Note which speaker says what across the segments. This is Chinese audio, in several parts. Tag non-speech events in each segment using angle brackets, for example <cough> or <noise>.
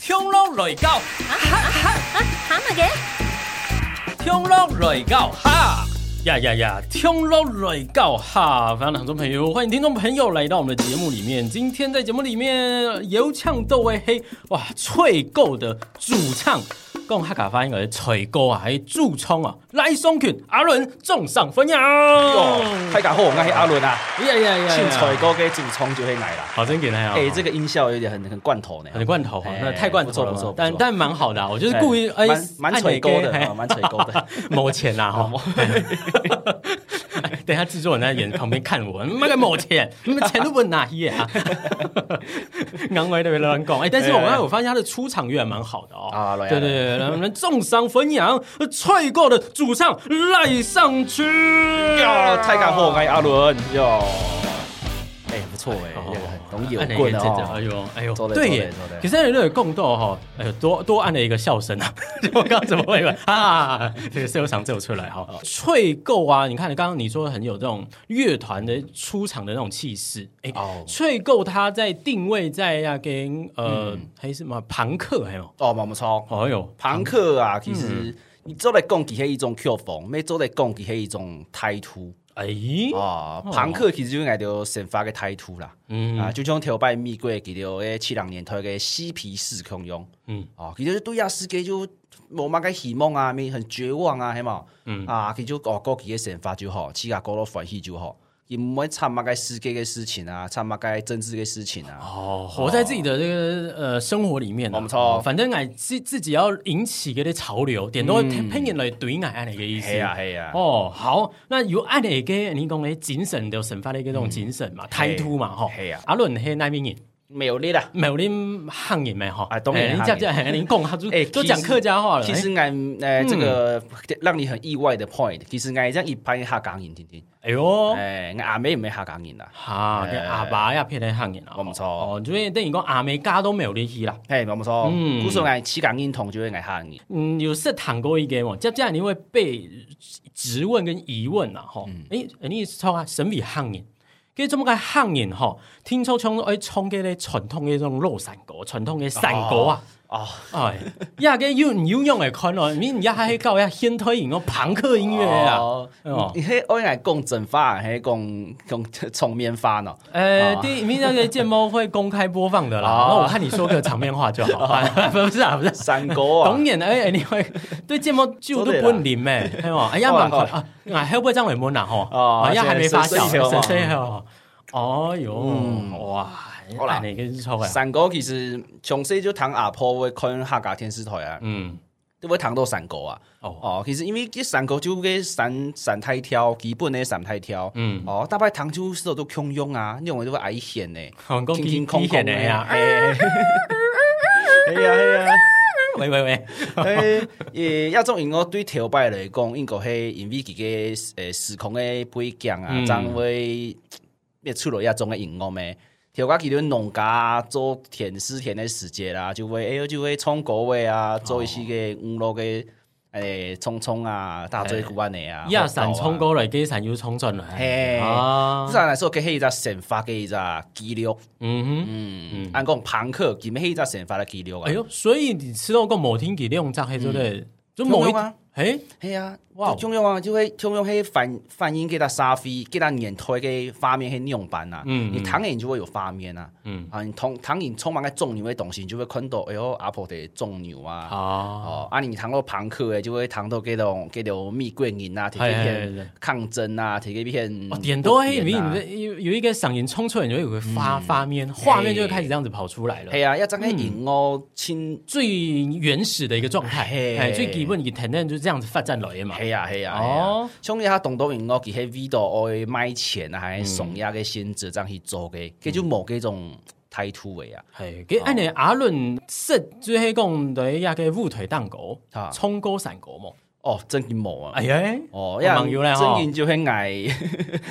Speaker 1: 冲浪來教，
Speaker 2: 啊，喊乜嘅？
Speaker 1: 冲浪來教哈！呀呀呀，冲浪來教哈！非常听众朋友，欢迎听众朋友来到我们的节目里面。今天在节目里面，油腔豆味黑哇，脆够的主唱。讲客家话应该是脆歌啊，系主唱啊，赖松权阿伦重上分享。
Speaker 3: 哦，大家好，我是阿伦啊，
Speaker 1: 呀呀呀呀！
Speaker 3: 姓蔡哥给主冲就会来啦。
Speaker 1: 好真给他啊！
Speaker 3: 哎，这个音效有点很很罐头呢，
Speaker 1: 很罐头啊，
Speaker 3: 哎
Speaker 1: 那太罐头
Speaker 3: 不错不
Speaker 1: 了
Speaker 3: 错，
Speaker 1: 但但蛮好的啊，我就是故意哎
Speaker 3: 哎，蛮蛮垂钩的
Speaker 1: 按你给哎
Speaker 3: 哦蛮垂钩
Speaker 1: <laughs>
Speaker 3: 的哦
Speaker 1: 某钱
Speaker 3: <laughs>
Speaker 1: 呐哈
Speaker 3: 某。
Speaker 1: 哎等一下制作人在眼旁边看我，妈个某
Speaker 3: <laughs>
Speaker 1: 钱，你们钱都不拿耶啊！昂威特别乱讲，哎，但是我
Speaker 3: 哎
Speaker 1: 我发现他的出场乐蛮好的哦。
Speaker 3: 啊来啊
Speaker 1: 对对对，然后我们重伤汾阳，脆过的主唱赖上去。
Speaker 3: 哟，太感好，我是阿伦哟。哎，不错哎，
Speaker 1: 哦
Speaker 3: 这个很容易有棍
Speaker 1: 按了一个哎
Speaker 3: 哦。
Speaker 1: 呦哎呦，
Speaker 3: 做嘞
Speaker 1: 对
Speaker 3: 做嘞
Speaker 1: 耶
Speaker 3: 做嘞，
Speaker 1: 可是有点共斗哈，哎呦，多多按了一个笑声啊！ <laughs> 我刚刚怎么会以为 <laughs> 啊？这个社会场只有出来哈，
Speaker 3: 哦
Speaker 1: 脆够啊！你看刚刚你说很有这种乐团的出场的那种气势，哎
Speaker 3: 哦，
Speaker 1: 脆够它在定位在那跟呃
Speaker 3: 嗯
Speaker 1: 还是什么朋克还有，
Speaker 3: 哦，毛毛超，
Speaker 1: 哎呦，
Speaker 3: 朋克啊，其
Speaker 1: 嗯
Speaker 3: 实你做来讲，其实一种曲风，每做来讲，其实一种态度。
Speaker 1: 哎，
Speaker 3: 哦
Speaker 1: 哦，
Speaker 3: 朋克其实就爱着先发嘅态度啦，
Speaker 1: 嗯
Speaker 3: 啊，就像头摆美国佢着诶七零年代嘅嬉皮士腔用，
Speaker 1: 嗯
Speaker 3: 嗯，哦，佢就对亚世界就冇乜嘅希望啊，咪很绝望啊，系嘛，嗯，啊，佢就哦过佢嘅想法就好，自家觉得欢喜就好，伊唔会掺乜嘅世界嘅事情啊，掺乜嘅政治嘅事情啊，
Speaker 1: 哦，活在自己的这个呃生活里面啊，
Speaker 3: 没错
Speaker 1: 哦反正俺自自己要引起嗰啲潮流，点
Speaker 3: 嗯
Speaker 1: 都拼人来怼俺俺嘅意思。
Speaker 3: 系啊系啊，
Speaker 1: 哦，好，那有按你嘅，你讲嘅精神就神发的一个这种精神嘛，态度嘛，吼，
Speaker 3: 嗯嘿啊
Speaker 1: 阿伦系那边人，
Speaker 3: 没有力啦。
Speaker 1: 没有恁汉人咩，吼，
Speaker 3: 啊当然
Speaker 1: 哎你
Speaker 3: 汉
Speaker 1: 这
Speaker 3: 人
Speaker 1: 这，哎你讲下就
Speaker 3: 哎
Speaker 1: 都
Speaker 3: 其实
Speaker 1: 讲客家话了，
Speaker 3: 其
Speaker 1: 哎，
Speaker 3: 实俺呃这个让你很意外的 point，其实俺这样一般下港人听听，
Speaker 1: 哎呦。
Speaker 3: 哎，俺阿妹唔系下港人啦，
Speaker 1: 哈，跟阿爸也偏系汉人啊，
Speaker 3: 我唔错
Speaker 1: 哦，所以等于讲阿美家都没有联系啦。
Speaker 3: 嘿，冇错，
Speaker 1: 嗯
Speaker 3: 古时候嗌起港音同就会嗌下音，
Speaker 1: 嗯，有是谈过一个哦，接下来你会被质问跟疑问啦，吼、
Speaker 3: 嗯
Speaker 1: 诶诶你抽啊，审美行业，跟这么个行业吼，听说像诶，冲嘅咧传统嘅这种肉散果，传统嘅散果啊，
Speaker 3: 哦，
Speaker 1: <laughs> 哎，呀个有有用嘅看咯，你你也还搞呀现推影哦，朋克音乐啊，
Speaker 3: 哦
Speaker 1: 哦
Speaker 3: 你迄我嗌讲蒸饭，还讲讲冲面饭哦，
Speaker 1: 呃，
Speaker 3: 哦
Speaker 1: 第明天个节目会公开播放
Speaker 3: <laughs>
Speaker 1: 的啦，
Speaker 3: 哦
Speaker 1: 那我看你说个场面话就好，啊 <laughs> 不是啊，不是啊。
Speaker 3: 三哥啊 <laughs>
Speaker 1: 当，然，哎、哎，你会 <laughs> 对节目酒都不啉诶，系嘛？哎呀，蛮快啊！啊，后背张伟文啊，吼，
Speaker 3: 哦
Speaker 1: 哎呀，还没发酵，
Speaker 3: 是是是
Speaker 1: 所以哦，哦哟，哇，
Speaker 3: 嗯
Speaker 1: 哎
Speaker 3: 好啦
Speaker 1: 那个是错啊诶，
Speaker 3: 三哥其实从细就谈阿婆会看客家电视台啊，
Speaker 1: 嗯，
Speaker 3: 都会谈到三哥啊，
Speaker 1: 哦，
Speaker 3: 哦，其实因为啲三哥就嘅三三太挑，基本嘅三太挑，
Speaker 1: 嗯
Speaker 3: 哦，大概糖就是都穷用啊，你用都会矮险呢，
Speaker 1: 我讲
Speaker 3: 轻轻
Speaker 1: 几
Speaker 3: 空
Speaker 1: 几啊
Speaker 3: 空啊
Speaker 1: 险
Speaker 3: 的
Speaker 1: 诶呀，
Speaker 3: 嘿 <laughs> 哎呀哎呀。
Speaker 1: 喂喂喂， <laughs>
Speaker 3: 诶，诶，亚种因我对头摆来讲，因个系因为自己诶时空诶背景啊
Speaker 1: 嗯，
Speaker 3: 将会咩出了亚种诶音乐咩。条家其实农家做田私田的时节啦，就会哎呦就会唱歌位
Speaker 1: 哦
Speaker 3: 啊，做一些嘅五六嘅诶冲冲啊，大嘴鼓安尼啊，
Speaker 1: 一神哦冲过来，几神要冲进来，
Speaker 3: 嘿
Speaker 1: 啊
Speaker 3: 自，然来说，佮迄一只神发嘅一只记录，
Speaker 1: 嗯
Speaker 3: 嗯，按讲朋克，佮迄一只神发嘅记录
Speaker 1: 哼，
Speaker 3: 啊
Speaker 1: 哎，呦，所以你吃到个某天给用炸黑，对不对？就某一
Speaker 3: 用啊，
Speaker 1: 哎，
Speaker 3: 系啊，
Speaker 1: 哇
Speaker 3: 哇！中用啊，就会中用迄反反映给他沙飞，给他年推给发面迄样板啊。
Speaker 1: 嗯
Speaker 3: 你糖瘾就会有发面啊。
Speaker 1: 嗯
Speaker 3: 嗯，啊，你糖糖瘾充满个种牛的东西，你就会看到，哎呦，阿婆的种牛啊。
Speaker 1: 啊，
Speaker 3: 哦，啊，你谈到朋克的，就会谈到给种给种蜜桂林啊，提
Speaker 1: 嘿
Speaker 3: 给
Speaker 1: 嘿嘿嘿
Speaker 3: 片抗争啊，提给片啊
Speaker 1: 哦，点多黑，你
Speaker 3: 民
Speaker 1: 你的有有一个嗓音冲出来，你就有个
Speaker 3: 嗯
Speaker 1: 发发面，画面就会开始这样子跑出来了。
Speaker 3: 系啊，要张开
Speaker 1: 嗯
Speaker 3: 影哦，亲，
Speaker 1: 最原始的一个状态，
Speaker 3: 嘿
Speaker 1: 哎，最基本的 t e n 就是这样子发展落去嘛。
Speaker 3: 系啊系啊，
Speaker 1: 哦
Speaker 3: 哦，像伊下动到音乐，其实 V 度爱哦卖钱啊，还送呀嘅性质这样去做嘅，佢就冇嗰种态度的啊。
Speaker 1: 系，佮按你阿伦说，最系讲对一个舞腿蛋糕
Speaker 3: 啊、
Speaker 1: 冲高散糕嘛。
Speaker 3: 哦，真金无啊
Speaker 1: 哎！呀，
Speaker 3: 哦，
Speaker 1: 有朋友咧
Speaker 3: 真
Speaker 1: 吼，
Speaker 3: 金就很爱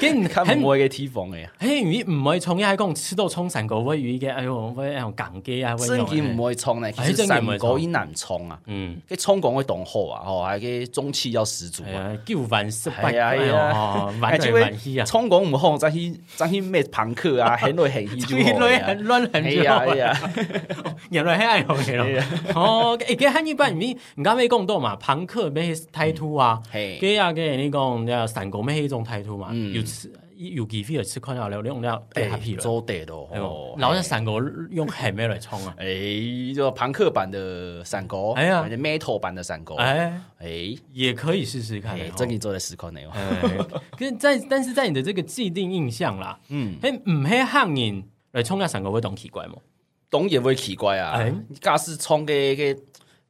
Speaker 1: 跟
Speaker 3: 较
Speaker 1: 很
Speaker 3: 唔会嘅地方嘅，
Speaker 1: 嘿，鱼唔會創意喺講吃到沖繩嗰位魚嘅，哎呦，喂，用降機啊，喂，
Speaker 3: 真金唔
Speaker 1: 會，
Speaker 3: 会冲咧，其
Speaker 1: 哎
Speaker 3: 实
Speaker 1: 真金唔
Speaker 3: 成
Speaker 1: 會
Speaker 3: 果
Speaker 1: 創
Speaker 3: 伊难冲啊，
Speaker 1: 嗯，
Speaker 3: 佢冲讲会动好啊，吼，系佢中气要十足
Speaker 1: 係
Speaker 3: 啊。
Speaker 1: 啊，叫運失敗，
Speaker 3: 系啊系啊
Speaker 1: 哦，玩
Speaker 3: <laughs>
Speaker 1: 嚟玩去啊，
Speaker 3: 冲讲唔好，再去再去咩朋
Speaker 1: <laughs>
Speaker 3: 克啊，很耐很去就
Speaker 1: 追
Speaker 3: 好
Speaker 1: 女
Speaker 3: 啊
Speaker 1: 人。亂
Speaker 3: 哎
Speaker 1: 人
Speaker 3: 呀哎呀，
Speaker 1: 哎原來係愛用嘅
Speaker 3: 哎
Speaker 1: 咯
Speaker 3: 呀。
Speaker 1: 哦，誒，佢喺日本面，唔家咩講到嘛，朋克咩態度啊，
Speaker 3: 嘿，
Speaker 1: 佢啊嘅你講，你話神國咩呢種態度嘛，
Speaker 3: 嗯
Speaker 1: 有吃有機會吃看到了，你用了
Speaker 3: 哎
Speaker 1: happy 了，哎
Speaker 3: 做得咯，
Speaker 1: 係
Speaker 3: 哦
Speaker 1: 喎然後咧神國用係咩嚟沖啊？
Speaker 3: 哎，就朋克版的闪狗，
Speaker 1: 哎呀
Speaker 3: 或者 metal 版的闪狗，哎，
Speaker 1: 哎，也可以试試看
Speaker 3: 哎
Speaker 1: 哦，
Speaker 3: 真。给你做的思考内容。
Speaker 1: 哎， <laughs> 可是在但是在你的这个既定印象啦，
Speaker 3: 嗯，
Speaker 1: 哎，唔系汉人来冲下神国会懂奇怪吗？
Speaker 3: 当然会奇怪啊
Speaker 1: 哎，
Speaker 3: 假使冲嘅嘅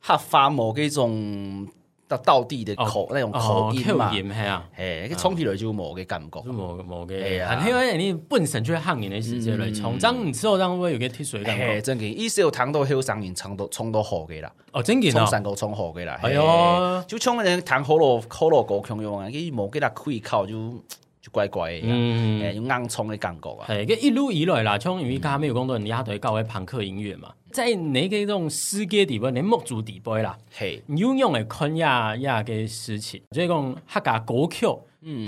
Speaker 3: 黑化某嗰种到道地的口那种口音嘛
Speaker 1: 哦口，音系啊，
Speaker 3: 哎，佢冲起来就冇嘅感觉
Speaker 1: 就。冇冇
Speaker 3: 哎
Speaker 1: 嘅，
Speaker 3: 呀嗯
Speaker 1: 很因为你本身就是汉人的世界来冲，这样你之后让会有个贴水感
Speaker 3: 嘿，
Speaker 1: 觉。
Speaker 3: 真嘅，意思有糖到後上人衝到衝到好嘅啦，
Speaker 1: 哦，真嘅
Speaker 3: 衝
Speaker 1: 啊，
Speaker 3: 山高衝好嘅啦。
Speaker 1: 哎
Speaker 3: 哎
Speaker 1: 呦
Speaker 3: 呦，就衝人糖好咯，好咯高強用啊，佢冇幾啦開口就就怪怪嘅啊，
Speaker 1: 嗯，
Speaker 3: 誒，有硬衝嘅感覺啊。
Speaker 1: 系一路以来啦，冲因为家没有工作，人家都会搞嘅朋克音乐嘛，在你嘅这种世界底部，你木主底部啦。
Speaker 3: 嘿，
Speaker 1: 有用的看亚亚嘅事情，即系讲客家歌曲，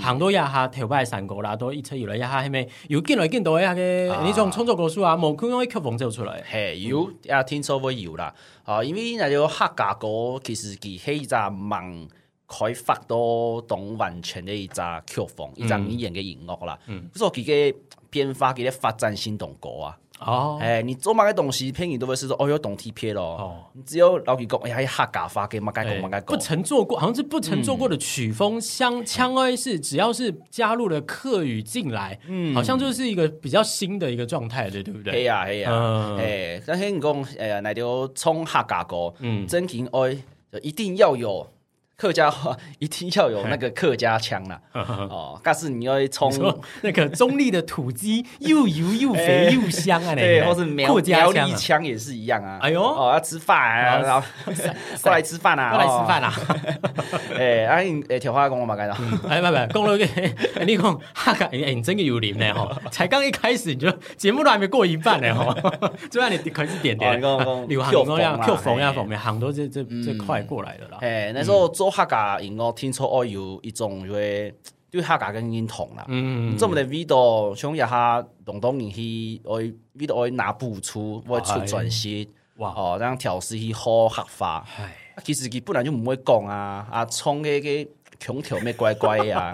Speaker 1: 行到亚下头摆山歌啦，都一出以来亚下系咪？又见来见到亚嘅
Speaker 3: 啊
Speaker 1: 呢种创作歌手啊，冇佢用一曲风走出来。
Speaker 3: 嘿，有
Speaker 1: 嗯
Speaker 3: 啊，聽說會有啦。啊，因為那個客家歌其實佢係一隻蠻開發到當完全的一隻曲風，
Speaker 1: 嗯
Speaker 3: 一隻語言嘅音樂啦。所以佢嘅變化，佢嘅發展性動歌啊。
Speaker 1: 哦，
Speaker 3: 哎，你做乜嘅東西，偏你都會是說，哦，有懂 T P
Speaker 1: 哦
Speaker 3: 咯。你只有老佢講，哎呀，客家話嘅，乜解講，乜解
Speaker 1: 不
Speaker 3: 講。
Speaker 1: 曾做过，好像是不曾做过的曲风，相相爱是只要是加入了客语进来，好像就是一个比较新的一个状态，对对不对？
Speaker 3: 係啊係啊
Speaker 1: 嗯，
Speaker 3: 哎，但係你講，哎呀，那條唱客家歌，
Speaker 1: 嗯
Speaker 3: 真情愛就一定要有客家話，一定要有那個客家腔啦。哦，但是
Speaker 1: <laughs>
Speaker 3: 你要唱
Speaker 1: 嗯你，说那个中立的土鸡又油又
Speaker 3: 哎
Speaker 1: 肥又香啊，那个
Speaker 3: 对，或是苗
Speaker 1: 客家
Speaker 3: 苗
Speaker 1: 腔
Speaker 3: 栗
Speaker 1: 啊，
Speaker 3: 腔也是一樣啊。
Speaker 1: 哎呦
Speaker 3: 哦，要吃飯啊，
Speaker 1: 哦
Speaker 3: 然后 <laughs> 過來吃飯啊，
Speaker 1: 过来吃饭
Speaker 3: 啊。
Speaker 1: 啦。
Speaker 3: <laughs> 哎，啊，你哎，條話講我冇解到。
Speaker 1: 哎，不不，公路 <laughs> 嘅，你讲哈噶，哎，你真嘅有脸呢吼！才刚一开始你就节目都还没过一半呢吼， <laughs> 就让你开始点
Speaker 3: 哦
Speaker 1: 点
Speaker 3: 你讲讲
Speaker 1: 流行
Speaker 3: 票
Speaker 1: 流量、
Speaker 3: 房啦啊哎嗯
Speaker 1: 票房呀
Speaker 3: 嘿
Speaker 1: 方面，行都这这这快过来的啦。
Speaker 3: 诶，哎那时候做客家音乐，听说我有一种就会对客家嘅认同啦。
Speaker 1: 嗯，
Speaker 3: 做唔得味道，像一下广东人去，我味道我拿不出，我出专辑，
Speaker 1: 哦哎哇，
Speaker 3: 哦，让调试去好客化。
Speaker 1: 唉，
Speaker 3: 其实佢本来就唔会讲啊，啊，唱嘅嘅腔调咩乖乖
Speaker 1: <laughs>
Speaker 3: 啊，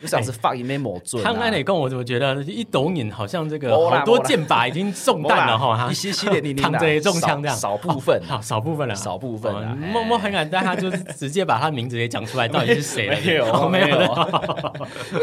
Speaker 3: 你上
Speaker 1: 哎
Speaker 3: 次发音咩冇准
Speaker 1: 看来
Speaker 3: 啊
Speaker 1: 你。跟我怎么觉得一抖眼好像这个
Speaker 3: 没啦
Speaker 1: 好多
Speaker 3: 没啦
Speaker 1: 箭靶已经中弹了哈，哈
Speaker 3: 一些系列零零
Speaker 1: 躺着也中枪这样，哦
Speaker 3: 少少部分
Speaker 1: 好少部分了，
Speaker 3: 少部分啊
Speaker 1: 哦
Speaker 3: 哎
Speaker 1: 默默很感，但他就是直接把他名字也讲出来，到底是谁了？
Speaker 3: <laughs> 没有
Speaker 1: 哦没有
Speaker 3: 没有
Speaker 1: 了，
Speaker 3: <laughs>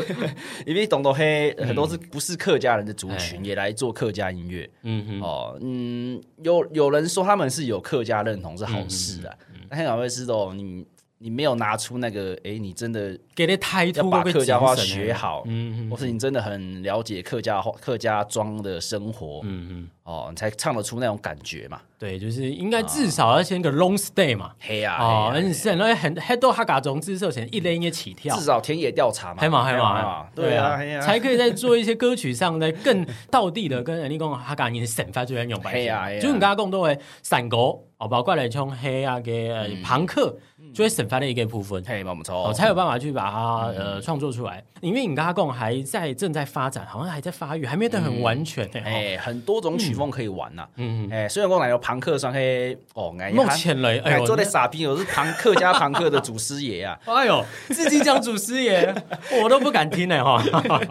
Speaker 3: 因为懂得黑很多是不是客家人的族群
Speaker 1: 哎
Speaker 3: 也来做客家音乐，
Speaker 1: 嗯哼，
Speaker 3: 哦，嗯，有有人说他们是有客家认同是好事啊，
Speaker 1: 嗯
Speaker 3: 但很少会是哦，你你没有拿出那个，哎、你真的
Speaker 1: 给你抬
Speaker 3: 要
Speaker 1: 出
Speaker 3: 把
Speaker 1: 个
Speaker 3: 客家话
Speaker 1: 精神
Speaker 3: 学好，
Speaker 1: 嗯
Speaker 3: 或是你真的很了解客家话、客家庄的生活，
Speaker 1: 嗯嗯，
Speaker 3: 哦，你才唱得出那种感觉嘛。
Speaker 1: 对，就是应该至少要先个 long stay 嘛。
Speaker 3: 嘿呀、
Speaker 1: 哦，
Speaker 3: 嘿
Speaker 1: 而
Speaker 3: 呀
Speaker 1: 且是很多很很多哈嘎中姿色前一连也起跳
Speaker 3: 至，少田野调查嘛，
Speaker 1: 还嘛还
Speaker 3: 嘿
Speaker 1: 嘛，
Speaker 3: 对啊，嘿呀
Speaker 1: 才可以在做一些歌曲上呢更道地的跟人家讲哈嘎你省发就很用白
Speaker 3: 嘿啊嘿
Speaker 1: 线，
Speaker 3: 啊
Speaker 1: 就你刚刚讲到的散狗哦，包括来冲黑啊给呃朋克，就会省发的一个部分。
Speaker 3: 嗯嘿，嗯蛮不错，
Speaker 1: 哦，才有办法去把它呃创作出来，因为你刚刚讲还在正在发展，好像还在发育，还没得很完全呢。哦
Speaker 3: 哎、很多种曲风可以玩呐、啊。
Speaker 1: 嗯，
Speaker 3: 哎、虽然讲来有朋克上黑哦，哎，
Speaker 1: 目前来，哎
Speaker 3: 哎，
Speaker 1: 呦，，
Speaker 3: 做的傻逼，我是朋客家朋克的祖师爷啊
Speaker 1: 哎呦，自己讲祖师
Speaker 3: <laughs>
Speaker 1: 爷，我都不敢听呢哈。 <laughs>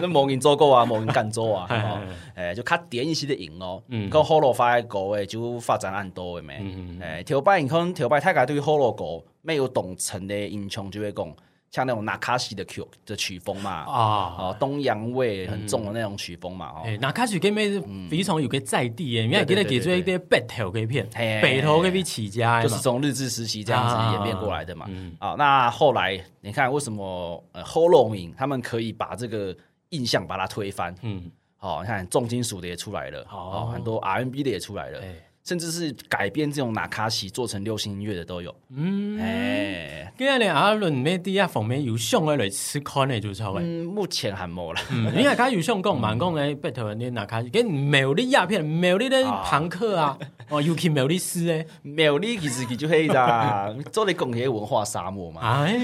Speaker 3: 那某人做过啊，某人干做啊，
Speaker 1: 哎哎
Speaker 3: 哦哎，就较典型的型哦
Speaker 1: 嗯，
Speaker 3: 跟好罗发的歌诶，就发展很多的咩
Speaker 1: 嗯嗯嗯，
Speaker 3: 哎，头摆你看头摆大家对好罗歌没有懂成的音腔就会讲，像那种纳卡西的曲的曲风嘛，
Speaker 1: 啊，
Speaker 3: 哦，东洋味
Speaker 1: 嗯
Speaker 3: 很重的那种曲风嘛，哦，
Speaker 1: 哎，那开始给妹是
Speaker 3: 嗯
Speaker 1: 非常有个在地耶，你看给他给做一个北头给片，
Speaker 3: 嘿
Speaker 1: 北头给片起家的
Speaker 3: 就是
Speaker 1: 嘛，
Speaker 3: 从日治时期这样
Speaker 1: 哎啊
Speaker 3: 子演变过来的嘛
Speaker 1: 嗯。
Speaker 3: 啊，那后来你看为什么呃 h o l o w i n 他们可以把这个印象把它推翻？
Speaker 1: 嗯，
Speaker 3: 哦，你看重金属的也出来了，
Speaker 1: 哦
Speaker 3: 哦，很多 RMB 的也出来了
Speaker 1: 哎，
Speaker 3: 甚至是改编这种纳卡西做成流行音乐的都有。
Speaker 1: 嗯，
Speaker 3: 哎、
Speaker 1: 今日阿伦咩啲啊方面有上嘅嚟吃看嘅就是喂。
Speaker 3: 嗯，目前还 <laughs> 没了。
Speaker 1: 嗯，因为他有上讲嘛，讲咧 battle 你哪卡，跟没有啲鸦片，没有啲咧朋克
Speaker 3: <laughs>
Speaker 1: 啊，哦，尤其没有啲诗咧，
Speaker 3: 没有你其实佢就系啦，做你讲嘅文化沙漠嘛。
Speaker 1: 哎，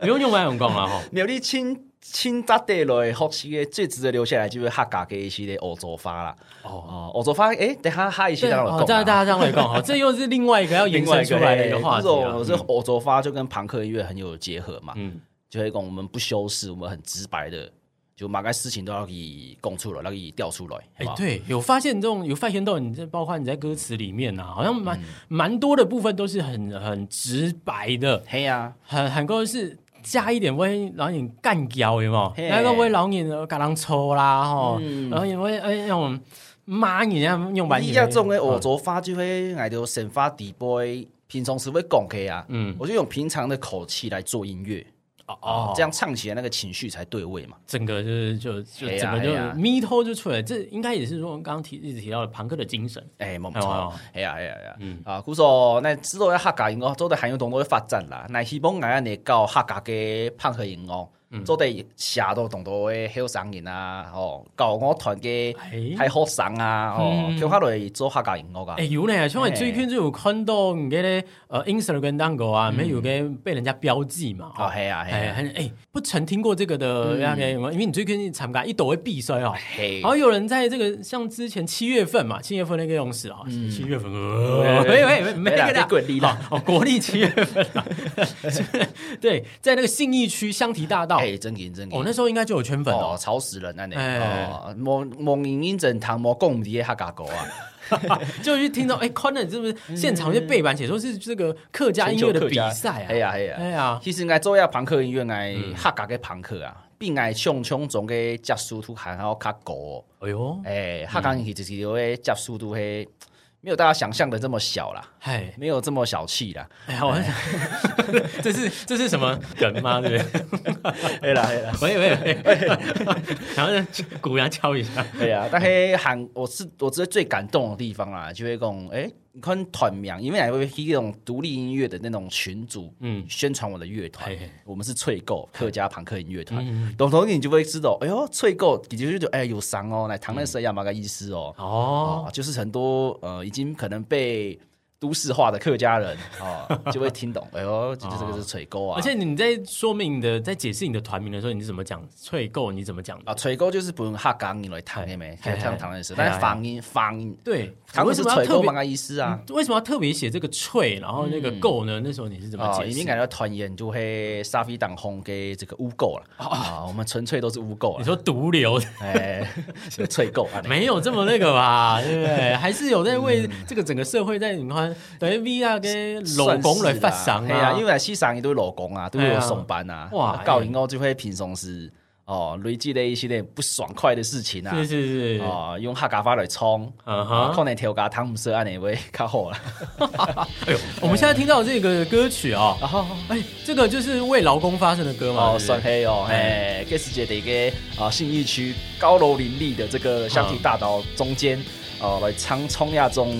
Speaker 1: 不用用外用讲啦
Speaker 3: <laughs>
Speaker 1: 吼，
Speaker 3: 没有你清清扎地来学习嘅最值得留下来就是客家嘅一系列欧洲花啦。哦，欧洲花，诶、等一下下一期
Speaker 1: 对
Speaker 3: 当然
Speaker 1: 哦，这样大家这样来讲哈，这又是另外一个要延
Speaker 3: 另
Speaker 1: 伸
Speaker 3: 外一
Speaker 1: 出
Speaker 3: 个
Speaker 1: 来的一个
Speaker 3: <laughs>
Speaker 1: 话题
Speaker 3: 这
Speaker 1: 啊
Speaker 3: 种。这欧洲花就跟朋克音乐很有结合嘛，
Speaker 1: 嗯，
Speaker 3: 就会讲我们不修饰，我们很直白的，就马该事情都要给供出来，要给调出来，
Speaker 1: 哎
Speaker 3: 好不，好
Speaker 1: 对，有发现这种有发现到你这，包括你在歌词里面啊，好像蛮
Speaker 3: 嗯
Speaker 1: 蛮多的部分都是很很直白的，
Speaker 3: 嘿啊呀、
Speaker 1: 很很多是加一点微老点干胶有没有？
Speaker 3: 嘿
Speaker 1: 那个微老点给人抽啦吼，
Speaker 3: 嗯
Speaker 1: 然后也会哎那种骂你哦啊，用
Speaker 3: 啊，
Speaker 1: 完
Speaker 3: 你这种的欧洲花就会挨到神发底波，平常时会讲起啊，
Speaker 1: 嗯
Speaker 3: 我就用平常的口气来做音乐，
Speaker 1: 哦
Speaker 3: 这样唱起来那个情绪才对位嘛。
Speaker 1: 整个就是就就
Speaker 3: 哎呀
Speaker 1: 整个就
Speaker 3: 哎呀
Speaker 1: 咪头就出来，这应该也是说刚刚提一直提到的朋克的精神。
Speaker 3: 哎，冇
Speaker 1: 哎呦
Speaker 3: 错，哎呀哎呀哎呀，
Speaker 1: 嗯
Speaker 3: 啊，故说那之后客家音乐做得很有同多嘅發展啦，那希望俺哋搞客家嘅朋克音樂，
Speaker 1: 嗯
Speaker 3: 做得寫到同多嘅後生人啊，哦，教我團嘅
Speaker 1: 哎
Speaker 3: 係學生啊，哦，
Speaker 1: 嗯
Speaker 3: 叫下來做客家音樂啊
Speaker 1: 哎，，有呢，像我最近就有看到你的呃 Instagram 当狗啊，没有个被人家标记嘛。
Speaker 3: 哦，係啊係
Speaker 1: 哎，
Speaker 3: 啊，
Speaker 1: 很哎，不曾听过这个的那个什么，因为你最近参加一朵会必衰哦。
Speaker 3: 係
Speaker 1: 然后有人在这个像之前七月份嘛，七月份那个用词啊，七月份，
Speaker 3: 哎
Speaker 1: 呃
Speaker 3: 哎
Speaker 1: 没有没有没
Speaker 3: 没啦
Speaker 1: 那个
Speaker 3: 被滚离啦
Speaker 1: 哦，哦国历七月份啊，对，在那个信义区香堤大道，
Speaker 3: 哎，真勁真
Speaker 1: 哦，
Speaker 3: 勁。
Speaker 1: 那时候应该就有圈粉哦
Speaker 3: 哦，。吵死人啊你！
Speaker 1: 哎
Speaker 3: 哦，望望認認真談，冇講唔啲嘅客家歌啊，
Speaker 1: <laughs> 就去听到，哎 c o n n 是不是现场就背板写说是这个客家音乐的比赛啊？嗯
Speaker 3: 哎呀哎呀
Speaker 1: 哎呀，
Speaker 3: 其实爱做下朋克音乐，爱客家嘅朋克啊，并爱唱唱种嘅接受度还好较高哦。
Speaker 1: 哎呦，
Speaker 3: 诶、客家其实是个接受度嘿，没有大家想象的这么小啦，
Speaker 1: 哎，
Speaker 3: 没有这么小气啦。
Speaker 1: 哎呀，我 <laughs> 这是这是什么梗吗？对
Speaker 3: <laughs>
Speaker 1: 不对？
Speaker 3: 哎啦哎啦，
Speaker 1: <laughs> 喂喂喂，然后呢，鼓然敲一下，
Speaker 3: 哎呀，但嘿韩，我是我觉得最感动的地方啦，就会讲诶，你看团名，因为还会去那种独立音乐的那种群组，
Speaker 1: 嗯
Speaker 3: 嗯，宣传我的乐团
Speaker 1: 嘿嘿，嗯
Speaker 3: 我们是翠购客家朋克音乐团，懂懂你就会知道，哎呦，翠购，你就觉得哎有伤哦，来
Speaker 1: 嗯
Speaker 3: 唐那谁亚马个意思哦，
Speaker 1: 哦
Speaker 3: 哦，，就是很多呃已经可能被都市化的客家人
Speaker 1: <laughs>
Speaker 3: 哦，就会听懂，哎呦，就是这个是垂钩啊，
Speaker 1: 哦而且你在说明你的在解释你的团名的时候，你是怎么讲？翠购你怎么讲的？
Speaker 3: 啊垂钩就是不用客家人来谈的没，
Speaker 1: 嘿嘿
Speaker 3: 像唐人是，
Speaker 1: 嘿
Speaker 3: 但
Speaker 1: 嘿
Speaker 3: 是方音方音，
Speaker 1: 对，
Speaker 3: 唐
Speaker 1: 为
Speaker 3: 人
Speaker 1: 什
Speaker 3: 是
Speaker 1: 么要
Speaker 3: 垂
Speaker 1: 特
Speaker 3: 钩
Speaker 1: 别嗯
Speaker 3: 嘛？个意思啊。
Speaker 1: 为什么要特别写这个翠，然后那个购呢？那时候你是怎么
Speaker 3: 啊，
Speaker 1: 解
Speaker 3: 已
Speaker 1: 释
Speaker 3: 经？感觉到团员就会沙飞挡红给这个污垢了
Speaker 1: 哦
Speaker 3: 啊，我们纯粹都是污
Speaker 1: 你
Speaker 3: 垢
Speaker 1: <laughs>
Speaker 3: 了，
Speaker 1: 说毒
Speaker 3: <laughs>
Speaker 1: 瘤
Speaker 3: 哎，就脆垢啊，
Speaker 1: 没有这么那个
Speaker 3: <laughs>
Speaker 1: 吧，对不对？还是有在为这个整个社会在你看，等于 V 啊跟老公来发
Speaker 3: 赏
Speaker 1: 赏
Speaker 3: 啊，
Speaker 1: 啊，
Speaker 3: 因
Speaker 1: 为
Speaker 3: 为西赏伊都是老公啊，都
Speaker 1: 哎
Speaker 3: 有
Speaker 1: 呀
Speaker 3: 上班啊，
Speaker 1: 哇哎
Speaker 3: 哇，搞完后就会平常时哦累积的一系列不爽快的事情啊
Speaker 1: 是，是是，
Speaker 3: 哦，用客家话来冲，
Speaker 1: 嗯
Speaker 3: 啊，
Speaker 1: 哼，
Speaker 3: 可能条家汤姆斯安尼会较好啦，
Speaker 1: 哎呦，我们现在听到这个歌曲啊，哎，这个就是为劳工发声的歌嘛，
Speaker 3: 哦，
Speaker 1: 对
Speaker 3: 算
Speaker 1: 不对
Speaker 3: 黑哦，哎，这是一个一个啊信义区高楼林立的这个香堤大道中间，哦，来唱冲亚种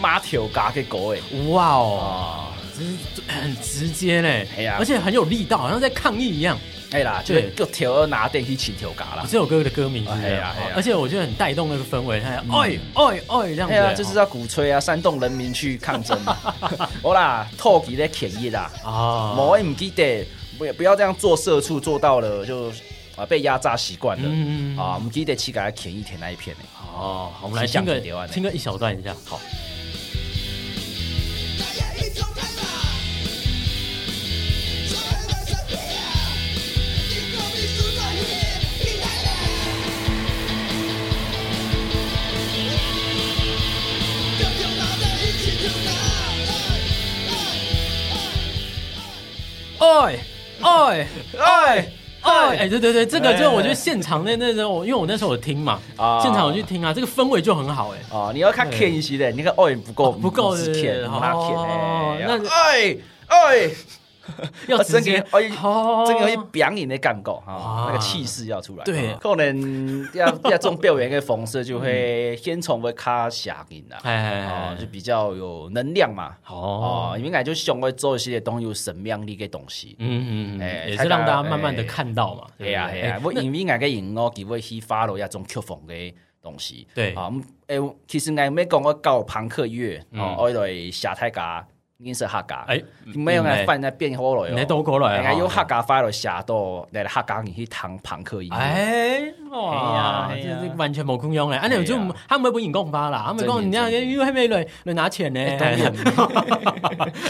Speaker 3: 马条家的歌诶，
Speaker 1: 哇哦，
Speaker 3: 哦，
Speaker 1: 这是很直接嘞
Speaker 3: 哎呀，
Speaker 1: 而且很有力道，好像在抗议一样。
Speaker 3: 哎啦，就
Speaker 1: 对
Speaker 3: 就条儿拿电去请条家啦
Speaker 1: 哦，这首歌的歌名是这
Speaker 3: 哎
Speaker 1: 样
Speaker 3: 呀哎呀，
Speaker 1: 而且我觉得很带动那个氛围，它哎哎哎这样
Speaker 3: 哎呀，
Speaker 1: 子，
Speaker 3: 就是要鼓吹嗯啊，煽动人民去抗争嘛。 <laughs> 好啦，透支咧权益啦，
Speaker 1: 啊
Speaker 3: 某位唔记得，不要不要这样做社畜，做到了就啊被压榨习惯了
Speaker 1: 嗯
Speaker 3: 啊，唔记得乞丐权益填那一片呢。
Speaker 1: 哦，好我们来
Speaker 3: 是
Speaker 1: 听个
Speaker 3: 想流啊
Speaker 1: 听个一小段一下，好。
Speaker 4: 大家一起开吧，小孩们身体啊，一个比输在起，一台嘞，要跳大家一起跳啊！
Speaker 1: 哎哎
Speaker 3: 哎
Speaker 1: 哎！哎，对对对，这个就
Speaker 3: 哎
Speaker 1: 我觉得现场那那时候，我因为我那时候我听嘛，
Speaker 3: 啊
Speaker 1: 现场我去听啊，这个氛围就很好哎。
Speaker 3: 哦，你要看舔一些的，你看爱不够，
Speaker 1: 啊不够哦
Speaker 3: 不是
Speaker 1: 是
Speaker 3: 舔，
Speaker 1: 不是
Speaker 3: 不拿舔
Speaker 1: 哦
Speaker 3: 哎，
Speaker 1: 那
Speaker 3: 哎哎
Speaker 1: <laughs> 要直接
Speaker 3: 真的哎
Speaker 1: 哦
Speaker 3: 这个一表演的感觉
Speaker 1: 哇
Speaker 3: 哈，那个气势要出来。
Speaker 1: 对
Speaker 3: 哈可能要 <laughs> 要这种表演的方式，就会先从会卡下音啦，
Speaker 1: 嗯哎
Speaker 3: 哦，就比较有能量嘛。
Speaker 1: 哦，
Speaker 3: 哦，因为感觉想会做一些东西有生命力的东西。
Speaker 1: 嗯嗯嗯，
Speaker 3: 哎
Speaker 1: 也
Speaker 3: 他
Speaker 1: 是让
Speaker 3: 讲
Speaker 1: 大家慢慢的
Speaker 3: 哎
Speaker 1: 看到嘛，
Speaker 3: 系啊
Speaker 1: 对不
Speaker 3: 系
Speaker 1: 对哎
Speaker 3: 啊，我因为我个音乐其实去发了一种曲风嘅东西。
Speaker 1: 对
Speaker 3: 啊，诶，其实我咪讲我搞朋克乐，哦，我来下太家，认识客家。
Speaker 1: 哎
Speaker 3: 没有我翻在变好了
Speaker 1: 哎，你都过来
Speaker 3: 哎，
Speaker 1: 哦，
Speaker 3: 有客家发了下到，来客家你去弹朋克音乐。
Speaker 1: 哎，哇，
Speaker 3: 哎呀哎呀
Speaker 1: 这这完全冇共用嘞！啊，你有这
Speaker 3: 哎
Speaker 1: 种
Speaker 3: 呀
Speaker 1: 他们会本讲法啦，他啊们讲
Speaker 3: 真
Speaker 1: 人
Speaker 3: 的
Speaker 1: 家
Speaker 3: 真的
Speaker 1: 因为咩来来拿钱呢？
Speaker 3: 当
Speaker 1: <laughs>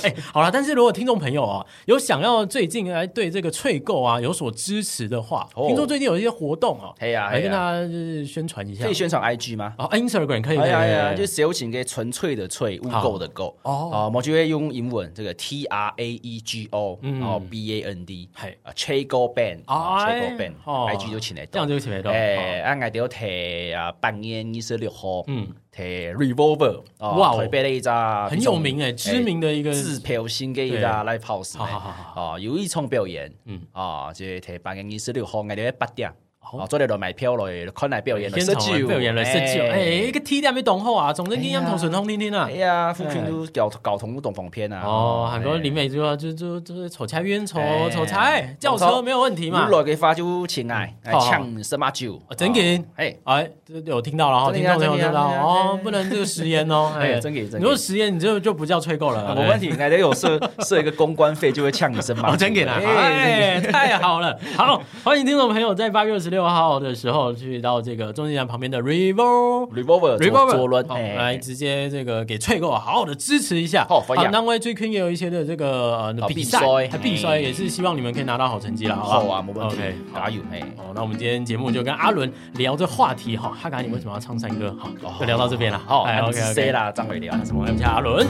Speaker 1: 哎，好了，但是如果听众朋友哦，有想要最近哎来对这个翠购啊有所支持的话，
Speaker 3: 哦
Speaker 1: 听说最近有一些活动哦，
Speaker 3: 哎呀
Speaker 1: 来
Speaker 3: 哎呀
Speaker 1: 跟大家就是宣传一下
Speaker 3: 可以。宣传 IG 吗？
Speaker 1: 哦，Instagram 可以，
Speaker 3: <laughs> 哎呀哎
Speaker 1: 可
Speaker 3: 呀，
Speaker 1: 以
Speaker 3: 就是有请个纯粹的粹，污垢的垢
Speaker 1: 哦
Speaker 3: 哦，我就会用英文这个 T R A E G O，
Speaker 1: 嗯
Speaker 3: 然后 B A N D，
Speaker 1: 嘿
Speaker 3: 啊 c h a g o Band，啊 c h a
Speaker 1: 哎
Speaker 3: g o
Speaker 1: 哦
Speaker 3: Band，IG 就请来
Speaker 1: 这
Speaker 3: 到
Speaker 1: 样。就起来到，哦
Speaker 3: 哎，啊，我哋提啊，半年二十六号，
Speaker 1: 嗯
Speaker 3: 嗯，提 Revolver，哦
Speaker 1: 哇哦
Speaker 3: 台北的一家
Speaker 1: 很有名哎，知名的一个
Speaker 3: 自票新嘅一家 live house，
Speaker 1: 好好好好
Speaker 3: 哦，有一场表演，
Speaker 1: 嗯
Speaker 3: 嗯，啊，就提半年二十六号，我哋八点，
Speaker 1: 好
Speaker 3: 哦，做嚟就买票来看来表演来
Speaker 1: 现场的表演来设计哦，哎，一个 T 点没懂后啊，总之你样头顺通听听啊
Speaker 3: 哎。呀，父亲都搞搞同东方片啊！
Speaker 1: 哦，很多林美就要就就就是丑柴冤丑丑柴，轿车没有问题嘛
Speaker 3: 嘛。。来给发就请哎，
Speaker 1: 嗯
Speaker 3: 哎呛什么酒
Speaker 1: 哦？真给
Speaker 3: 哦哎，
Speaker 1: 哎，这有听到了哈，
Speaker 3: 真
Speaker 1: 听
Speaker 3: 的呀
Speaker 1: 众朋友
Speaker 3: 真
Speaker 1: 听
Speaker 3: 的
Speaker 1: 到
Speaker 3: 呀真的呀
Speaker 1: 哦，不能这个食言哦。
Speaker 3: 哎真给真给
Speaker 1: 你说食言，你就就不叫吹够了。
Speaker 3: 我问题，哎，得有设设一个公关费，就会呛你什么？
Speaker 1: 哦，真给了，
Speaker 3: 哎，
Speaker 1: 哎，太好了！好，欢迎听众朋友在八月二十六号的时候去到这个中正站旁边的 Revo。
Speaker 3: revolver
Speaker 1: Revolver
Speaker 3: 左轮，
Speaker 1: 好
Speaker 3: 哎
Speaker 1: 来直接这个给翠购好好的支持一下。
Speaker 3: 好欢迎
Speaker 1: 单位最近也有一些的这个呃
Speaker 3: 好
Speaker 1: 比
Speaker 3: 比
Speaker 1: 赛
Speaker 3: 赛，嗯
Speaker 1: 还比赛也是希望你们可以拿到好成绩啦，好不
Speaker 3: 好啊，没问题
Speaker 1: OK，，好
Speaker 3: 加油，哎，
Speaker 1: 哦，那我们今天节目就跟阿伦聊这话题哈，哈嘎，你为什么要唱山歌？好，就聊到这边了。
Speaker 3: 哦好，
Speaker 1: 哎
Speaker 3: 那不
Speaker 1: ，OK
Speaker 3: 是
Speaker 1: OK
Speaker 3: 谁。啦？张伟良，什
Speaker 1: 我
Speaker 3: 么？
Speaker 1: 们下阿伦。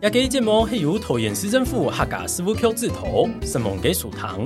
Speaker 1: 也给建模黑油头眼失真腹，哈嘎师傅 Q 字头，什么给属糖，